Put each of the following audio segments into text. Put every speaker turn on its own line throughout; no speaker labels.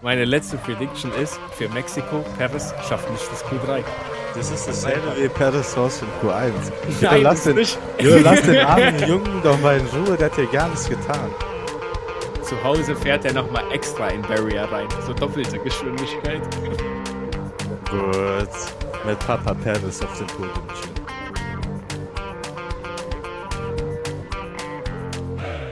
Meine letzte Prediction ist, für Mexiko, Paris schafft nicht das Q3.
Das ist dasselbe wie Paris House in
Nein,
Q1. Nein, lass,
das
den,
nicht.
Jürgen, lass den armen Jungen doch mal in Ruhe, der hat ja gar nichts getan.
Zu Hause fährt er nochmal extra in Barrier rein. So doppelte Geschwindigkeit.
Gut. Mit Papa Paris auf dem Podium.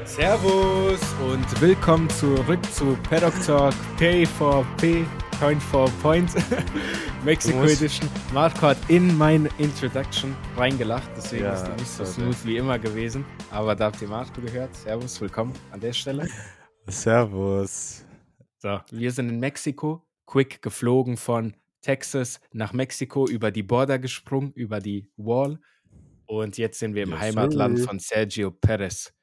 Servus und willkommen zurück zu Paddock Talk P4P Point for Point Mexico
Muss.
Edition. Marco hat in meine Introduction reingelacht, deswegen
Ja,
ist die nicht so
sorry.
smooth wie immer gewesen. Aber da habt ihr Marco gehört. Servus, willkommen an der Stelle.
Servus.
So, wir sind in Mexiko, quick geflogen von Texas nach Mexiko, über die Border gesprungen, über die Wall. Und jetzt sind wir im
Yes,
Heimatland
sir.
von Sergio Perez.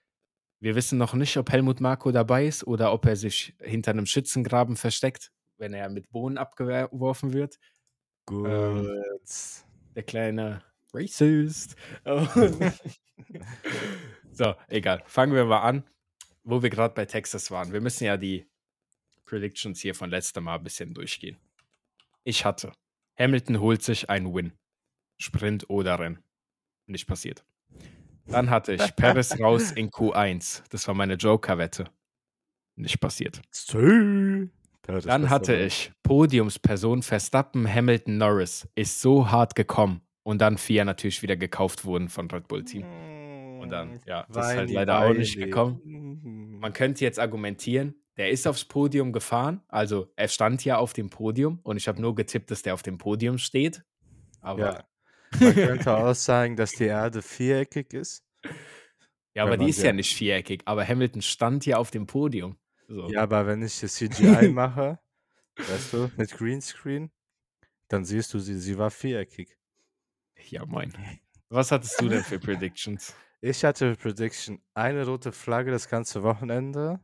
Wir wissen noch nicht, ob Helmut Marko dabei ist oder ob er sich hinter einem Schützengraben versteckt, wenn er mit Bohnen abgeworfen wird.
Gut.
Der kleine Racist. Und- so, egal. Fangen wir mal an, wo wir gerade bei Texas waren. Wir müssen ja die Predictions hier von letztem Mal ein bisschen durchgehen. Ich hatte. Hamilton holt sich einen Win. Sprint oder Rennen. Nicht passiert. Dann hatte ich Paris raus in Q1. Das war meine Joker-Wette. Nicht passiert.
Tschö. Paris
Dann
ist
hatte
dabei.
ich Podiumsperson Verstappen Hamilton Norris ist so hart gekommen und dann vier natürlich wieder gekauft wurden von Red Bull Team. Und dann, ja, das ist halt
Weini,
leider auch nicht
weini.
gekommen. Man könnte jetzt argumentieren, der ist aufs Podium gefahren, also er stand ja auf dem Podium und ich habe nur getippt, dass der auf dem Podium steht. Aber, ja,
Ja. Man könnte auch sagen, dass die Erde viereckig ist.
aber
wenn
die
man
ist
sie-
ja nicht viereckig, aber Hamilton stand ja auf dem Podium. So.
Ja, aber wenn ich das CGI mache, weißt du, mit Greenscreen, dann siehst du sie, sie war viereckig.
ja, moin. Was hattest du denn für Predictions?
Ich hatte Prediction, eine rote Flagge das ganze Wochenende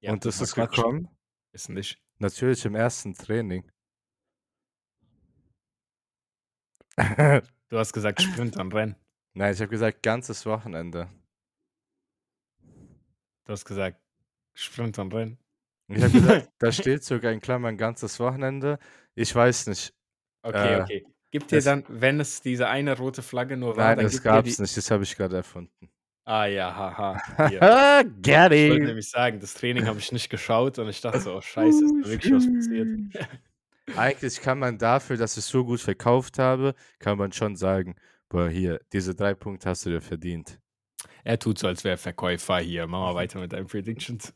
Ja,
und das
war
ist
Quatsch.
gekommen.
Ist nicht.
Natürlich im ersten Training.
Du hast gesagt, Sprint am Rennen.
Nein, ich habe gesagt, ganzes Wochenende.
Du hast gesagt, Sprint und Rennen.
Und Ich habe gesagt, da steht sogar in Klammern ganzes Wochenende. Ich weiß nicht.
Okay,
Äh,
okay. Gibt dir
das-
dann, wenn es diese eine rote Flagge nur war,
Nein,
dann
das
gibt dir
gab's
die...
nicht. Das habe ich gerade erfunden.
Ah ja, haha. Hier.
Ah, get
Ich wollte
it.
nämlich sagen, das Training habe ich nicht geschaut und ich dachte so, oh scheiße, ist da wirklich was passiert.
Eigentlich kann man dafür, dass ich so gut verkauft habe, kann man schon sagen, boah, hier, diese drei Punkte hast du dir verdient.
Er tut so, als wäre er Verkäufer hier. Machen wir weiter mit deinen Predictions.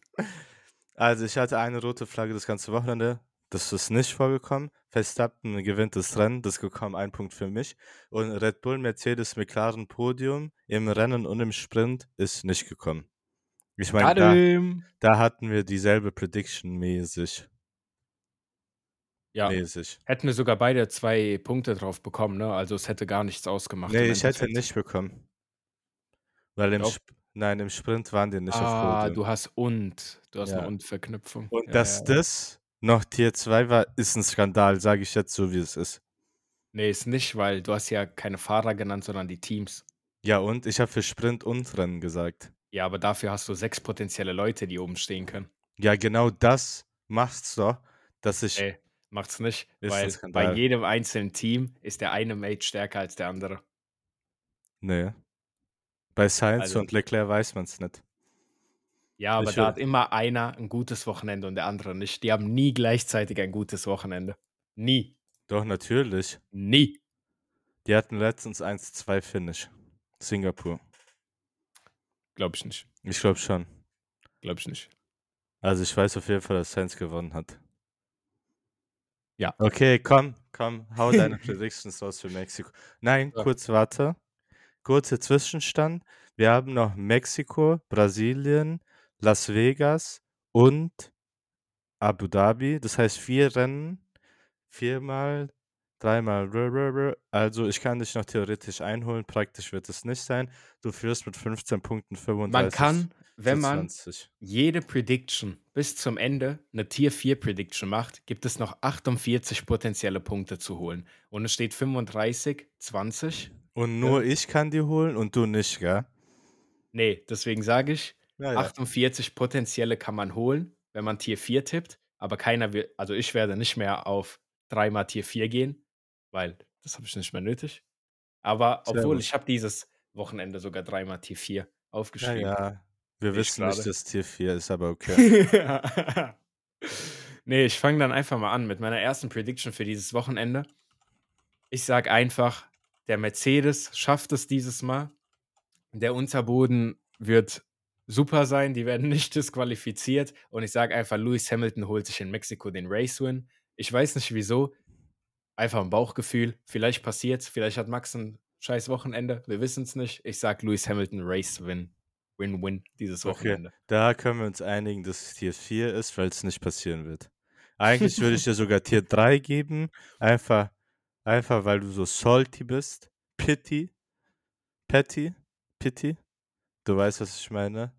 Also ich hatte eine rote Flagge das ganze Wochenende. Das ist nicht vorgekommen. Verstappen gewinnt das Rennen, das gekommen, ein Punkt für mich. Und Red Bull, Mercedes, McLaren, Podium im Rennen und im Sprint ist nicht gekommen. Ich meine, da,
Tadam.
da hatten wir dieselbe Prediction mäßig.
Ja,
mäßig.
hätten wir sogar beide zwei Punkte drauf bekommen, ne? Also es hätte gar nichts ausgemacht.
nee,
im
ich hätte
Endeffekt.
nicht bekommen. Weil im,
Doch.
Sp Nein, im Sprint waren die nicht auf
Ah,
Podium.
du hast und. Du hast eine
Ja.
Und-Verknüpfung.
Und
Ja,
dass
ja.
das noch Tier 2 war, ist ein Skandal, sage ich jetzt so, wie es ist.
Nee, ist nicht, weil du hast ja keine Fahrer genannt, sondern die Teams.
Ja, und ich habe für Sprint und Rennen gesagt.
Ja, aber dafür hast du sechs potenzielle Leute, die oben stehen können.
Ja, genau das macht's doch, dass ich.
Ey, macht's nicht,
Ist ein
weil bei
Skandal.
jedem einzelnen Team ist der eine Mate stärker als der andere.
Nee. ne? Bei Sainz
Also-
und Leclerc weiß man's nicht.
Ja, aber
Ich
da
will-
hat immer einer ein gutes Wochenende und der andere nicht. Die haben nie gleichzeitig ein gutes Wochenende. Nie.
Doch, natürlich.
Nie.
Die hatten letztens 1-2 Finish. Singapur.
Glaub ich nicht.
Ich glaube schon.
Glaub ich nicht.
Also ich weiß auf jeden Fall, dass Sainz gewonnen hat.
Ja.
Okay, komm, komm, hau deine Predictions raus für Mexiko. Nein,
Ja.
kurz warte. Kurzer Zwischenstand. Wir haben noch Mexiko, Brasilien, Las Vegas und Abu Dhabi. Das heißt vier Rennen, viermal, dreimal. rö, rö, rö. Also ich kann dich noch theoretisch einholen. Praktisch wird es nicht sein. Du führst mit 15 Punkten 35.
Man kann, wenn
zu
man
20.
jede Prediction bis zum Ende eine Tier 4 Prediction macht, gibt es noch 48 potenzielle Punkte zu holen. Und es steht 35, 20.
Und nur ich kann die holen und du nicht, gell?
Nee, deswegen sage ich,
Ja,
48 potenzielle kann man holen, wenn man Tier 4 tippt, Aber keiner will, also ich werde nicht mehr auf dreimal Tier 4 gehen, weil das habe ich nicht mehr nötig. Aber
Sehr
obwohl,
gut.
ich habe dieses Wochenende sogar dreimal Tier 4
Ja,
aufgeschrieben.
ja. Wir
Ich
wissen
gerade.
nicht, dass Tier 4 ist, aber okay.
Ja. nee, ich fange dann einfach mal an mit meiner ersten Prediction für dieses Wochenende. Ich sag einfach, der Mercedes schafft es dieses Mal. Der Unterboden wird super sein, die werden nicht disqualifiziert. Und ich sage einfach, Lewis Hamilton holt sich in Mexiko den Race-Win. Ich weiß nicht wieso, einfach ein Bauchgefühl. Vielleicht passiert's, vielleicht hat Max ein scheiß Wochenende, wir wissen es nicht. Ich sag Lewis Hamilton Race-Win. Win-Win dieses
Okay.
Wochenende.
Da können wir uns einigen, dass es Tier 4 ist, weil es nicht passieren wird. Eigentlich würde ich dir sogar Tier 3 geben, einfach, einfach weil du so salty bist. Pity. Petty. Pity. Du weißt, was ich meine.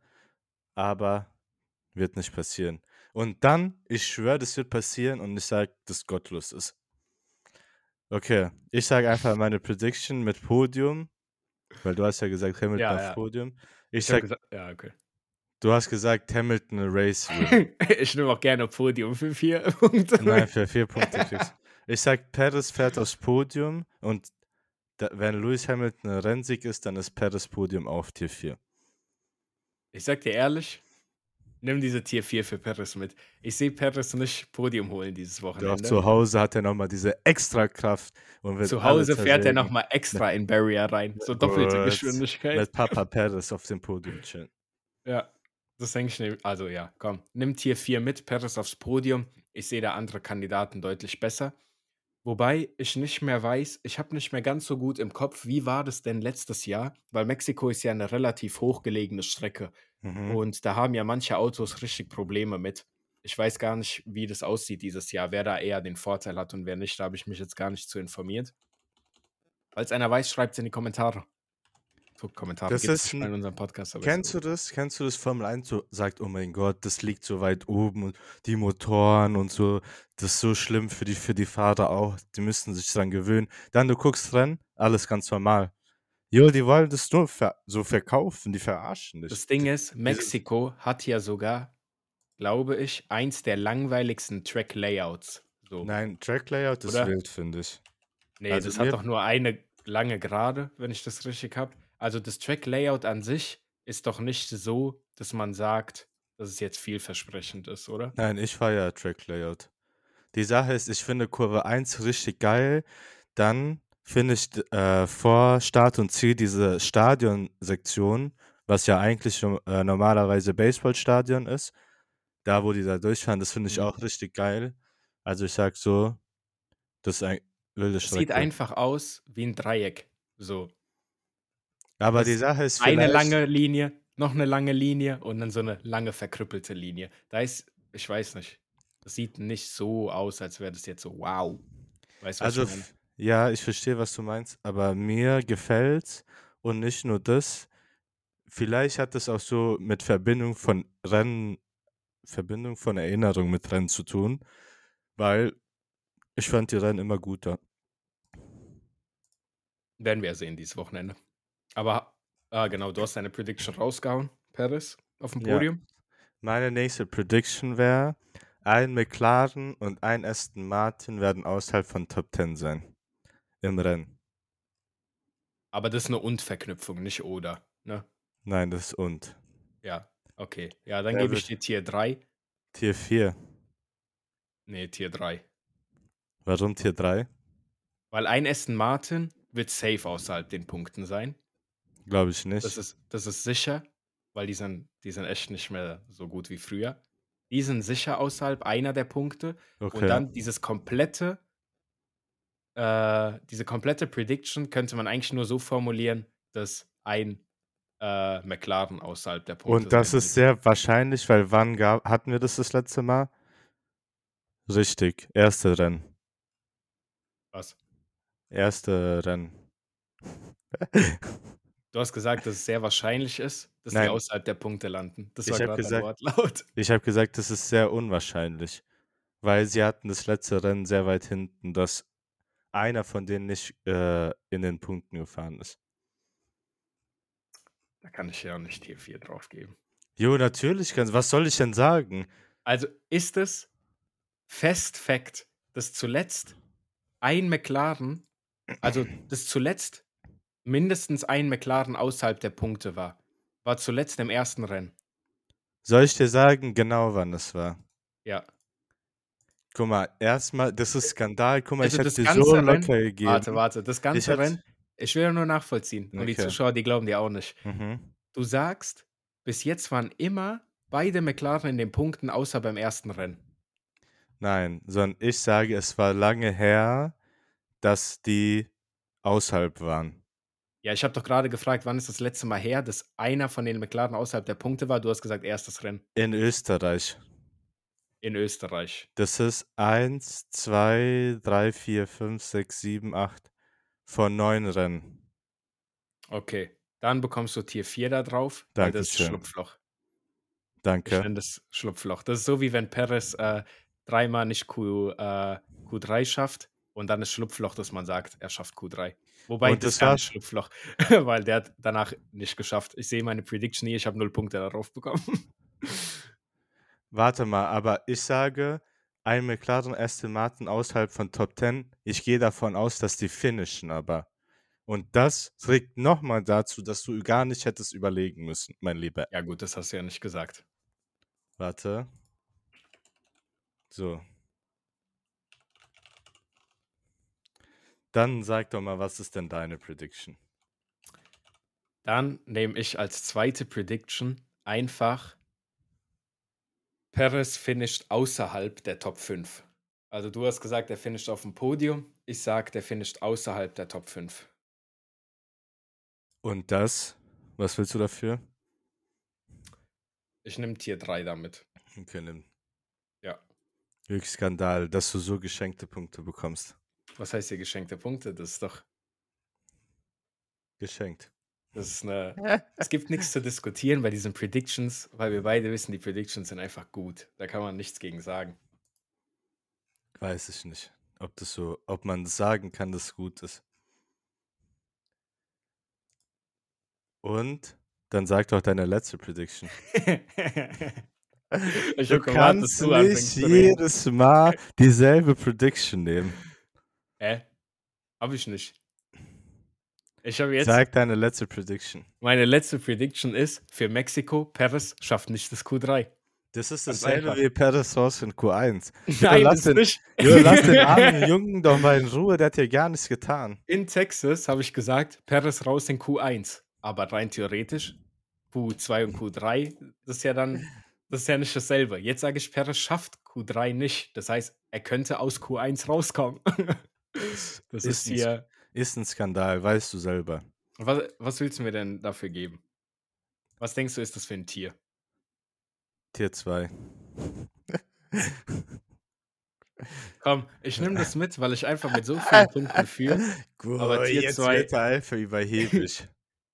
Aber wird nicht passieren. Und dann, ich schwöre, das wird passieren und ich sage, dass gottlos ist. Okay, ich sage einfach meine Prediction mit Podium, weil du hast ja gesagt, Hamilton
Ja,
auf
ja.
Podium. Ich
Ich hab
sage
gesagt, ja, okay.
Du hast gesagt, Hamilton Race win.
ich nehme auch gerne Podium für vier Punkte.
Nein, für vier Punkte kriegst Ich sag, Perez fährt aufs Podium und da, wenn Lewis Hamilton ein Rennsieg ist, dann ist Perez Podium auf Tier 4.
Ich sag dir ehrlich, nimm diese Tier 4 für Perez mit. Ich sehe Perez nicht Podium holen dieses
Doch
Wochenende.
zu Hause hat er nochmal diese extra Kraft. Und wird
Zu
alle
Hause fährt er
zersägen.
nochmal extra in Barrier rein. So doppelte
Gut.
Geschwindigkeit.
Mit Papa Perez auf dem Podium chillen.
Ja, das denke ich. nehm- Also ja, komm. Nimm Tier 4 mit, Perez aufs Podium. Ich sehe da andere Kandidaten deutlich besser. Wobei ich nicht mehr weiß, ich habe nicht mehr ganz so gut im Kopf, wie war das denn letztes Jahr? Weil Mexiko ist ja eine relativ hochgelegene Strecke.
Mhm.
Und da haben ja manche Autos richtig Probleme mit. Ich weiß gar nicht, wie das aussieht dieses Jahr, wer da eher den Vorteil hat und wer nicht. Da habe ich mich jetzt gar nicht zu informiert. Falls einer weiß, schreibt es in die Kommentare. So, Kommentare
Das
gibt
ist
es nicht mal
ein-
in unserem Podcast. Aber
Kennst du das? Kennst du das? Formel 1 so, sagt, oh mein Gott, das liegt so weit oben und die Motoren und so, das ist so schlimm für die, für die Fahrer auch, die müssen sich dran gewöhnen. Dann du guckst rein, alles ganz normal. Jo, die wollen das nur ver so verkaufen, die verarschen dich.
Das Ding ist, Mexiko hat ja sogar, glaube ich, eins der langweiligsten Track-Layouts. So.
Nein, Track Layout ist
Oder?
wild, finde ich.
Nee,
Also
das
mir-
hat doch nur eine lange Gerade, wenn ich das richtig habe. Also das Track-Layout an sich ist doch nicht so, dass man sagt, dass es jetzt vielversprechend ist, oder?
Nein, ich feiere Track Layout. Die Sache ist, ich finde Kurve 1 richtig geil. Dann finde ich d- äh, vor Start und Ziel diese Stadionsektion, was ja eigentlich schon, äh, normalerweise Baseballstadion ist. Da, wo die da durchfahren, das finde ich
Mhm.
auch richtig geil. Also ich sag so, das ist ein wilde
Es
Strecke.
sieht einfach aus wie ein Dreieck. So
Aber
das
die Sache ist
eine
vielleicht-
lange Linie, noch eine lange Linie und dann so eine lange verkrüppelte Linie. Da ist, ich weiß nicht, das sieht nicht so aus, als wäre das jetzt so wow. Weißt du, was
Also,
ich meine?
f- ja, ich verstehe, was du meinst, aber mir gefällt's und nicht nur das. Vielleicht hat das auch so mit Verbindung von Rennen, Verbindung von Erinnerung mit Rennen zu tun, weil ich fand die Rennen immer guter.
werden wir sehen dieses Wochenende. Aber ah, genau, du hast deine Prediction rausgehauen, Paris, auf dem
Ja.
Podium.
Meine nächste Prediction wäre, ein McLaren und ein Aston Martin werden außerhalb von Top 10 sein. Im Rennen.
Aber das ist eine Und-Verknüpfung, nicht oder. Ne?
Nein, das ist und.
Ja, okay. Ja, dann
Ja,
gebe ich
wird-
dir Tier 3.
Tier 4.
Nee, Tier 3.
Warum Tier 3?
Weil ein Aston Martin wird safe außerhalb den Punkten sein.
Glaube ich nicht.
Das ist, das ist sicher, weil die sind, die sind echt nicht mehr so gut wie früher. Die sind sicher außerhalb einer der Punkte.
okay.
Und dann dieses komplette, äh, diese komplette Prediction könnte man eigentlich nur so formulieren, dass ein äh, McLaren außerhalb der Punkte
Und das
sein
ist
wird.
sehr wahrscheinlich, weil wann gab, hatten wir das das letzte Mal? Richtig, erste Rennen.
Was?
Erste Rennen.
Du hast gesagt, dass es sehr wahrscheinlich ist, dass die
Nein.
außerhalb der Punkte landen. Das
Ich
war
hab
gerade dein
gesagt-
Wortlaut.
Ich habe gesagt, das ist sehr unwahrscheinlich, weil sie hatten das letzte Rennen sehr weit hinten, dass einer von denen nicht äh, in den Punkten gefahren ist.
Da kann ich ja auch nicht Tier 4 drauf geben.
Jo, natürlich, ganz. Was soll ich denn sagen?
Also ist es Fest Fact, dass zuletzt ein McLaren, also dass zuletzt mindestens ein McLaren außerhalb der Punkte war. War zuletzt im ersten Rennen.
Soll ich dir sagen, genau wann das war?
Ja.
Guck mal, erstmal, das ist Skandal. Guck mal,
Also
ich
das
hätte dir
ganze
so
Rennen-
locker gegeben.
Warte, warte. Das ganze
hab's-
Rennen, ich will ja nur nachvollziehen. Und die
Okay.
Zuschauer, die glauben dir auch nicht.
Mhm.
Du sagst, bis jetzt waren immer beide McLaren in den Punkten, außer beim ersten Rennen.
Nein, sondern ich sage, es war lange her, dass die außerhalb waren.
Ja, ich habe doch gerade gefragt, wann ist das letzte Mal her, dass einer von den McLaren außerhalb der Punkte war? Du hast gesagt, erstes Rennen
In Österreich.
in Österreich.
Das ist 1, 2, 3, 4, 5, 6, 7, 8 von 9 Rennen.
Okay. Dann bekommst du Tier 4 da drauf. weil Das ist
Dankeschön.
Schlupfloch. Ich
Danke.
nenne das Schlupfloch. Das ist so, wie wenn Perez äh, dreimal nicht Q, äh, Q3 schafft und dann ist Schlupfloch, dass man sagt, er schafft Q3. Wobei
Und
das
das
war ein
war's.
Schlupfloch, weil der hat danach nicht geschafft. Ich sehe meine Prediction hier, ich habe null Punkte darauf bekommen.
Warte mal, aber ich sage, ein McLaren Aston Martin außerhalb von Top 10. Ich gehe davon aus, dass die finishen, aber. Und das trägt nochmal dazu, dass du gar nicht hättest überlegen müssen, mein Lieber.
ja, gut, das hast du ja nicht gesagt.
Warte. So. Dann sag doch mal, was ist denn deine Prediction?
Dann nehme ich als zweite Prediction einfach Perez finisht außerhalb der Top 5. Also du hast gesagt, er finisht auf dem Podium. Ich sage, der finisht außerhalb der Top 5.
Und das? Was willst du dafür?
Ich nehme Tier 3 damit.
Okay, nimm.
Ja.
Wirklich Skandal, dass du so geschenkte Punkte bekommst.
Was heißt hier geschenkte Punkte? Das ist doch,
Geschenkt.
das ist eine, es gibt nichts zu diskutieren bei diesen Predictions, weil wir beide wissen, die Predictions sind einfach gut. Da kann man nichts gegen sagen.
Weiß ich nicht, ob das so, ob man sagen kann, dass es gut ist. Und dann sag doch deine letzte Prediction.
ich
Du
hab gewartet, dass
kannst
du anfängst
nicht
zu reden.
jedes Mal dieselbe Prediction nehmen.
Hä? Hab ich nicht. Ich habe jetzt,
Sag deine letzte Prediction.
meine letzte Prediction ist, für Mexiko, Perez schafft nicht das Q3.
Das ist
Ganz
dasselbe
einfach.
wie Perez Ross in Q1.
Nein,
lass
das
den-
nicht.
Jo, lass den armen Jungen doch mal in Ruhe, der hat ja gar nichts getan.
In Texas habe ich gesagt, Perez raus in Q1. Aber rein theoretisch, Q2 und Q3, das ist ja dann, das ist ja nicht dasselbe. Jetzt sage ich, Perez schafft Q3 nicht. Das heißt, er könnte aus Q1 rauskommen. Das
ist
ist
ein
hier.
Ist ein Skandal, weißt du selber.
Was, was willst du mir denn dafür geben? Was denkst du, ist das für ein Tier?
Tier 2.
Komm, ich nehme das mit, weil ich einfach mit so vielen Punkten führe.
Gut,
Aber Tier
jetzt
zwei-
wird er einfach überheblich.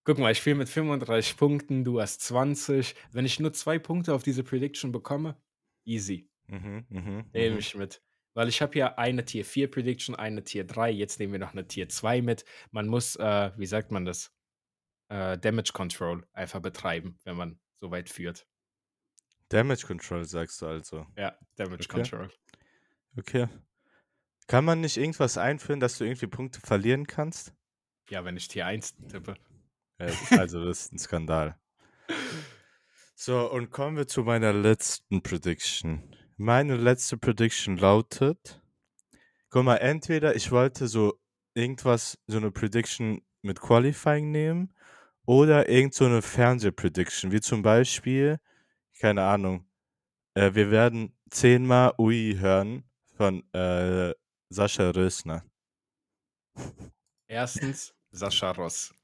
Guck mal, ich führe mit 35 Punkten, du hast 20. Wenn ich nur zwei Punkte auf diese Prediction bekomme, easy.
mhm, mhm,
Nehme
mhm.
ich mit. Weil ich habe ja eine Tier 4 Prediction, eine Tier 3, jetzt nehmen wir noch eine Tier 2 mit. Man muss, äh, wie sagt man das? Äh, Damage Control einfach betreiben, wenn man so weit führt.
Damage Control sagst du also.
Ja, Damage
Okay.
Control.
Okay. Kann man nicht irgendwas einführen, dass du irgendwie Punkte verlieren kannst?
Ja, wenn ich Tier 1 tippe.
Äh, Also, das ist ein Skandal. So, und kommen wir zu meiner letzten Prediction. Meine letzte Prediction lautet: Guck mal, entweder ich wollte so irgendwas, so eine Prediction mit Qualifying nehmen oder irgend so eine Fernsehprediction, wie zum Beispiel, keine Ahnung, äh, wir werden zehnmal Ui hören von äh, Sascha Rösner.
Erstens, Sascha Ross.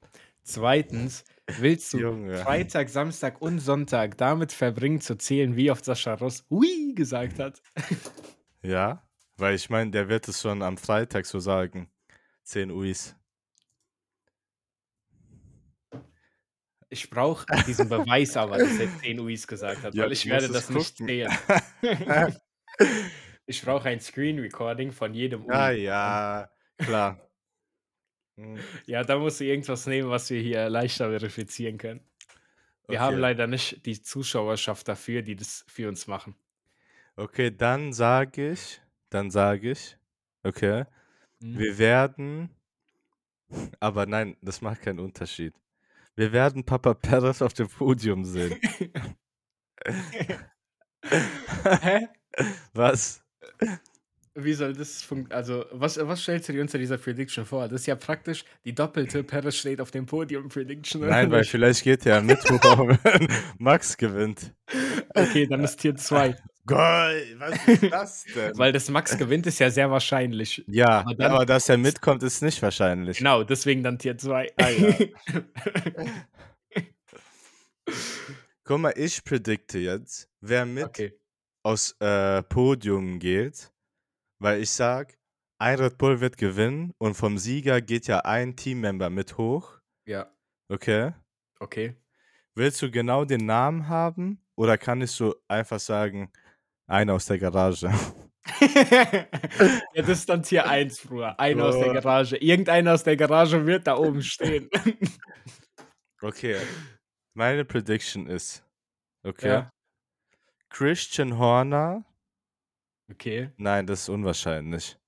Zweitens, willst du
Junge.
Freitag, Samstag und Sonntag damit verbringen zu zählen, wie oft Sascha Ross Hui gesagt hat?
Ja, weil ich meine, der wird es schon am Freitag so sagen. 10 Uis.
Ich brauche diesen Beweis aber, dass er 10 Uis gesagt hat,
Ja,
weil ich
du
werde
musst
das
es
nicht
gucken.
sehen. ich brauche ein Screen Recording von jedem Ui.
Ah ja, klar. Hm,
Ja, da musst du irgendwas nehmen, was wir hier leichter verifizieren können. Wir
okay.
haben leider nicht die Zuschauerschaft dafür, die das für uns machen.
Okay, dann sage ich, dann sage ich, okay,
Mhm.
wir werden, aber nein, das macht keinen Unterschied. Wir werden Papa Perez auf dem Podium sehen.
Hä?
Was?
Wie soll das funktionieren? Also, was, was stellst du dir unter dieser Prediction vor? Das ist ja praktisch die doppelte Perez steht auf dem Podium ne? Prediction. oder
Nein, weil
nicht?
vielleicht geht ja am Mittwoch auch, wenn Max gewinnt.
Okay, dann ist Tier 2.
Goll, was ist das denn?
Weil das Max gewinnt, ist ja sehr wahrscheinlich.
ja,
aber
aber,
dann-
dass er mitkommt, ist nicht wahrscheinlich.
Genau, deswegen dann Tier 2.
Ah, ja. Guck mal, ich predikte jetzt, wer mit
okay.
aus äh, Podium geht, weil ich sag, ein Red Bull wird gewinnen und vom Sieger geht ja ein Teammember mit hoch.
Ja,
Okay.
okay.
Willst du genau den Namen haben oder kann ich so einfach sagen, einer aus der Garage?
ja, das ist dann Tier 1, Bruder. Einer aus der
Boah.
Garage. Irgendeiner aus der Garage wird da oben stehen.
Okay. Meine Prediction ist, okay,
Ja.
Christian Horner,
Okay.
nein, das ist unwahrscheinlich.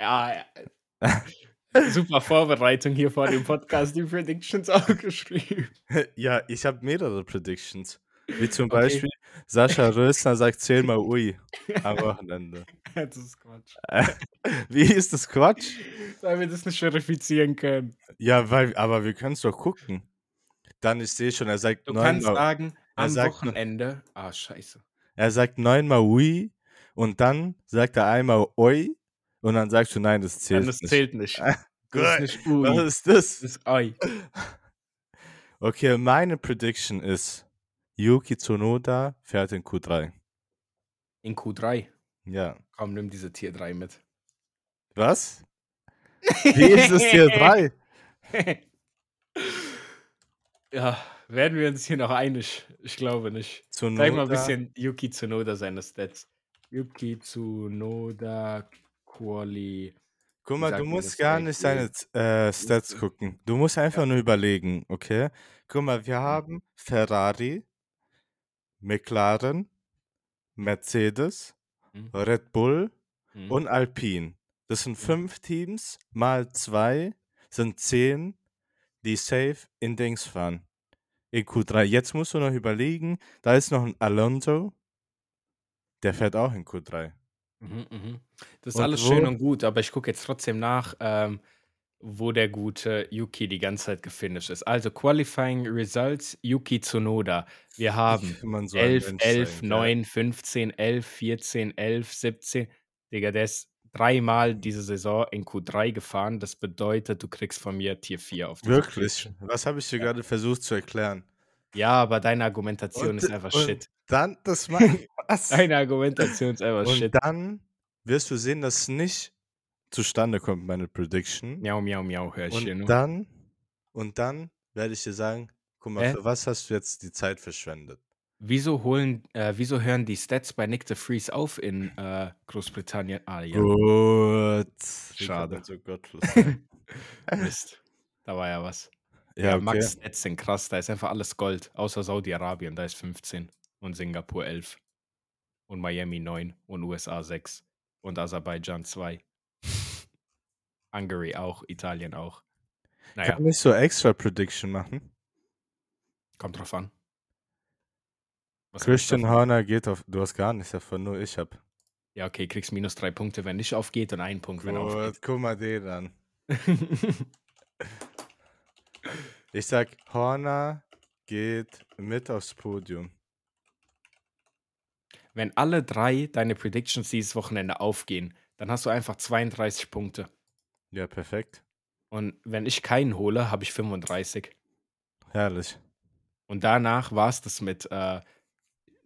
Ja, ja. Super Vorbereitung hier vor dem Podcast, die Predictions aufgeschrieben.
ja, ich habe mehrere Predictions. Wie zum
Okay.
Beispiel, Sascha Rösner sagt zehnmal Ui am Wochenende.
Das ist Quatsch.
Wie ist das Quatsch?
Weil wir das nicht verifizieren können.
Ja, weil, aber wir können es doch gucken. Dann, ich sehe schon, er sagt
Du kannst
neunmal,
sagen,
Er
am
sagt-
Wochenende. Ah, scheiße.
er sagt neunmal Ui und dann sagt er einmal Oi und dann sagst du, nein, das zählt
Dann das
nicht.
zählt nicht. Das
Gut.
ist nicht Ui.
Was ist das?
Das ist Oi.
Okay, meine Prediction ist, Yuki Tsunoda fährt in Q3.
In Q3.
Ja.
Komm, nimm diese Tier 3 mit.
Was? Wie ist es hier 3?
ja, werden wir uns hier noch einig? Ich glaube nicht.
Tsunoda.
Zeig mal ein bisschen Yuki Tsunoda seine Stats. Yuki Tsunoda Quali.
Guck
Wie
mal,
sagt
du
man
musst
das
gar
eigentlich?
nicht seine äh, Stats gucken. Du musst einfach nur überlegen, okay? Guck mal,
Hm.
wir haben Ferrari, McLaren, Mercedes,
Mhm.
Red Bull
Hm.
und Alpine. Das sind fünf Teams, mal zwei sind zehn, die safe in Dings fahren. In Q3. Jetzt musst du noch überlegen, da ist noch ein Alonso,
Hm.
der fährt auch in Q3.
Mhm, mhm. Das ist
Und
alles
wo-
schön und gut, aber ich gucke jetzt trotzdem nach, ähm, wo der gute Yuki die ganze Zeit gefinisht ist. Also Qualifying Results Yuki Tsunoda. Wir haben
Kann man so ein
11,
Mensch
11,
sein, gell?
9, 15, 11, 14, 11, 17. Digga, der ist dreimal diese Saison in Q3 gefahren. Das bedeutet, du kriegst von mir Tier 4 auf diese
Wirklich?
Prediction.
Was habe ich dir gerade versucht zu erklären?
Ja, aber deine Argumentation ist einfach
und
shit.
Dann, das macht was?
Deine Argumentation ist einfach
und
shit.
dann wirst du sehen, dass nicht zustande kommt, meine Prediction.
Miau, miau, miau, ne? hör ich hier
und
nur.
dann, und dann werde ich dir sagen, guck mal,
Hä?
für was hast du jetzt die Zeit verschwendet?
Wieso holen, äh, wieso hören die Stats bei Nick the Freeze auf in äh, Großbritannien? Ah, ja.
Gut.
Schade.
So gottlos. ja,
Mist. Da war ja was. Ja,
okay.
Max Stats sind krass, da ist einfach alles Gold, außer Saudi-Arabien, da ist 15 und Singapur 11 und Miami 9 und USA 6 und Aserbaidschan 2. Hungary auch, Italien auch. Naja,
Kann ich so extra Prediction machen?
kommt drauf an. Was kriegst du
Christian Horner geht auf. Du hast gar nichts davon, nur ich hab.
davon? Ja, okay, kriegst minus drei Punkte, wenn nicht aufgeht und einen Punkt, wenn aufgeht.
Gut, guck mal den an. Ich sag, Horner geht mit aufs Podium.
Wenn alle drei deine Predictions dieses Wochenende aufgehen, dann hast du einfach 32 Punkte.
Ja, perfekt.
Und wenn ich keinen hole, habe ich 35.
Herrlich.
Und danach war es das mit äh,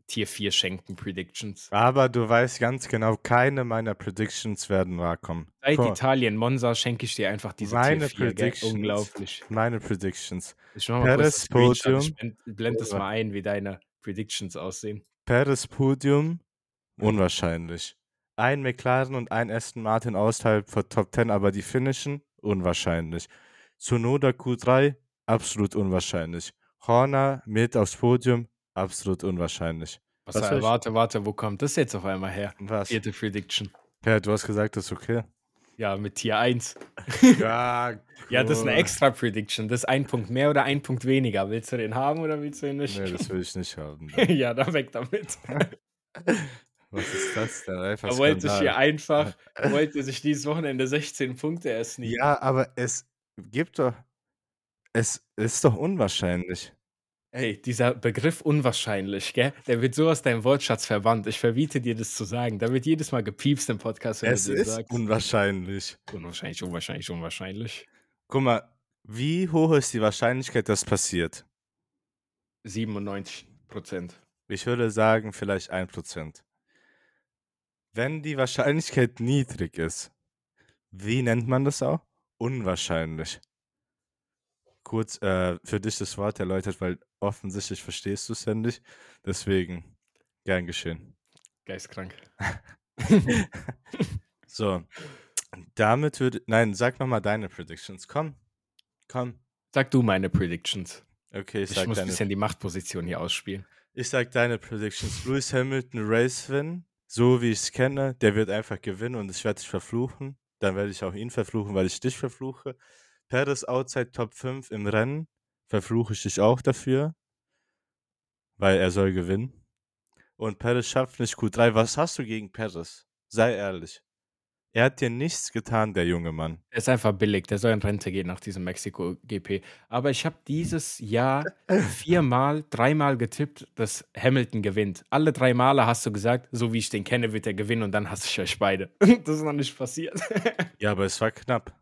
Tier 4 Schenken Predictions.
Aber du weißt ganz genau, keine meiner Predictions werden wahrkommen.
Seit
Guck mal,
Italien, Monza, schenke ich dir einfach diese Tier 4.
Meine
Gell?
Predictions.
Unglaublich.
meine Predictions.
Ich mach mal kurz das
Perez,
Screenshot. Ich
Podium.
blend, blend das mal ein, wie deine Predictions aussehen.
Paris Podium, unwahrscheinlich. Ein McLaren und ein Aston Martin außerhalb von Top 10, aber die finishen, unwahrscheinlich. Tsunoda Q3, absolut unwahrscheinlich. Horner mit aufs Podium, absolut unwahrscheinlich.
Was,
Was
äh,
soll ich-
warte, warte, wo kommt das jetzt auf einmal her?
Was?
Vierte Prediction.
Ja, du hast gesagt, das ist okay.
Ja, mit Tier 1.
Ja,
Ja, das ist eine
cool.
extra Prediction. Das ist ein Punkt mehr oder ein Punkt weniger. Willst du den haben oder willst du ihn nicht?
Nee, das will ich nicht haben. ne.
ja, dann weg damit.
Was ist das denn? Einfach
Er wollte sich hier
Skandal.
einfach, er wollte sich dieses Wochenende 16 Punkte ersneaken.
Ja, aber es gibt doch. Es ist doch unwahrscheinlich.
Ey, dieser Begriff unwahrscheinlich, gell? Der wird so aus deinem Wortschatz verbannt. Ich verbiete dir das zu sagen. Da wird jedes Mal gepiepst im Podcast, wenn
es
du den
ist
sagst.
unwahrscheinlich.
Unwahrscheinlich, unwahrscheinlich, unwahrscheinlich.
Guck mal, wie hoch ist die Wahrscheinlichkeit, dass passiert?
97 Prozent.
Ich würde sagen, vielleicht 1%. Wenn die Wahrscheinlichkeit niedrig ist, wie nennt man das auch? Unwahrscheinlich. Kurz äh, für dich das Wort erläutert, weil offensichtlich verstehst du es ja nicht. Deswegen, gern geschehen.
Geistkrank.
So, damit würde. Nein, sag nochmal deine Predictions. Komm, komm.
Sag du meine Predictions.
Okay, ich
Ich,
sag,
muss ein
deine,
bisschen die Machtposition hier ausspielen.
ich sag deine Predictions. Lewis Hamilton Race win, so wie ich es kenne, der wird einfach gewinnen und ich werde dich verfluchen. Dann werde ich auch ihn verfluchen, weil ich dich verfluche. Perez outside Top 5 im Rennen, verfluche ich dich auch dafür, weil er soll gewinnen. Und Perez schafft nicht Q3. Was hast du gegen Perez? Sei ehrlich. Er hat dir nichts getan, der junge Mann.
Er ist einfach billig. Der soll in Rente gehen nach diesem Mexiko-GP. Aber ich habe dieses Jahr viermal, dreimal getippt, dass Hamilton gewinnt. Alle drei Male hast du gesagt, so wie ich den kenne, wird er gewinnen und dann hasse ich euch beide. Das ist noch nicht passiert.
Ja, aber es war knapp.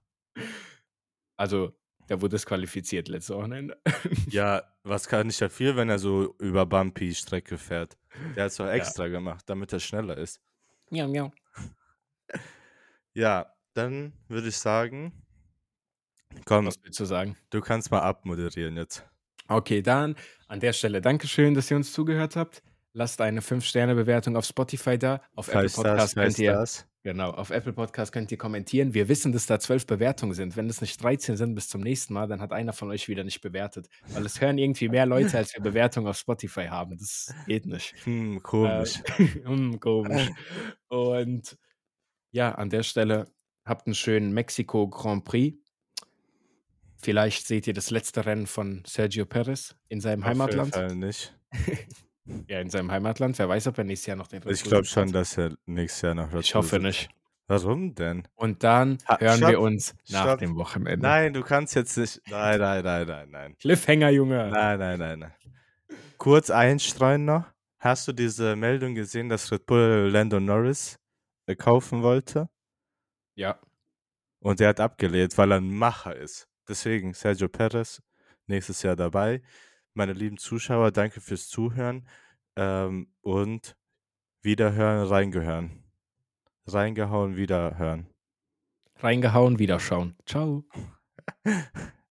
Also, der wurde disqualifiziert letzte Wochenende.
Ja, was kann ich dafür, wenn er so über Bumpy Strecke fährt? Der hat es doch extra gemacht, damit er schneller ist.
Miau, miau.
Ja, dann würde ich sagen, komm,
Was willst du sagen?
du kannst mal abmoderieren jetzt.
Okay, dann an der Stelle Dankeschön, dass ihr uns zugehört habt. Lasst eine 5-Sterne-Bewertung auf Spotify da. Auf Apple
Five Stars,
Podcast
five
könnt ihr
Stars.
Genau, auf Apple Podcast könnt ihr kommentieren. Wir wissen, dass da zwölf Bewertungen sind. Wenn es nicht 13 sind bis zum nächsten Mal, dann hat einer von euch wieder nicht bewertet. Weil es hören irgendwie mehr Leute, als wir Bewertungen auf Spotify haben. Das geht nicht.
Hm, komisch.
Hm, komisch. Und ja, an der Stelle habt einen schönen Mexiko Grand Prix. Vielleicht seht ihr das letzte Rennen von Sergio Perez in seinem
Auf jeden
Heimatland.
Fall nicht.
Ja, in seinem Heimatland. Wer weiß, ob er nächstes Jahr noch den Red
Ich
Bull
glaube
sitzt.
schon, dass er nächstes Jahr noch
Ich hoffe nicht.
Warum denn?
Und dann
Ha,
hören
stopp,
wir uns nach
stopp.
dem Wochenende.
Nein, du kannst jetzt nicht. Nein, nein, nein, nein, nein.
Cliffhanger, Junge.
Nein, nein, nein, nein. Kurz einstreuen noch. Hast du diese Meldung gesehen, dass Red Bull Lando Norris äh, kaufen wollte?
Ja,
Und er hat abgelehnt, weil er ein Macher ist. Deswegen Sergio Perez nächstes Jahr dabei. Meine lieben Zuschauer, danke fürs Zuhören ähm, und wiederhören, reingehören. Reingehauen, wiederhören.
reingehauen, wieder schauen. Ciao.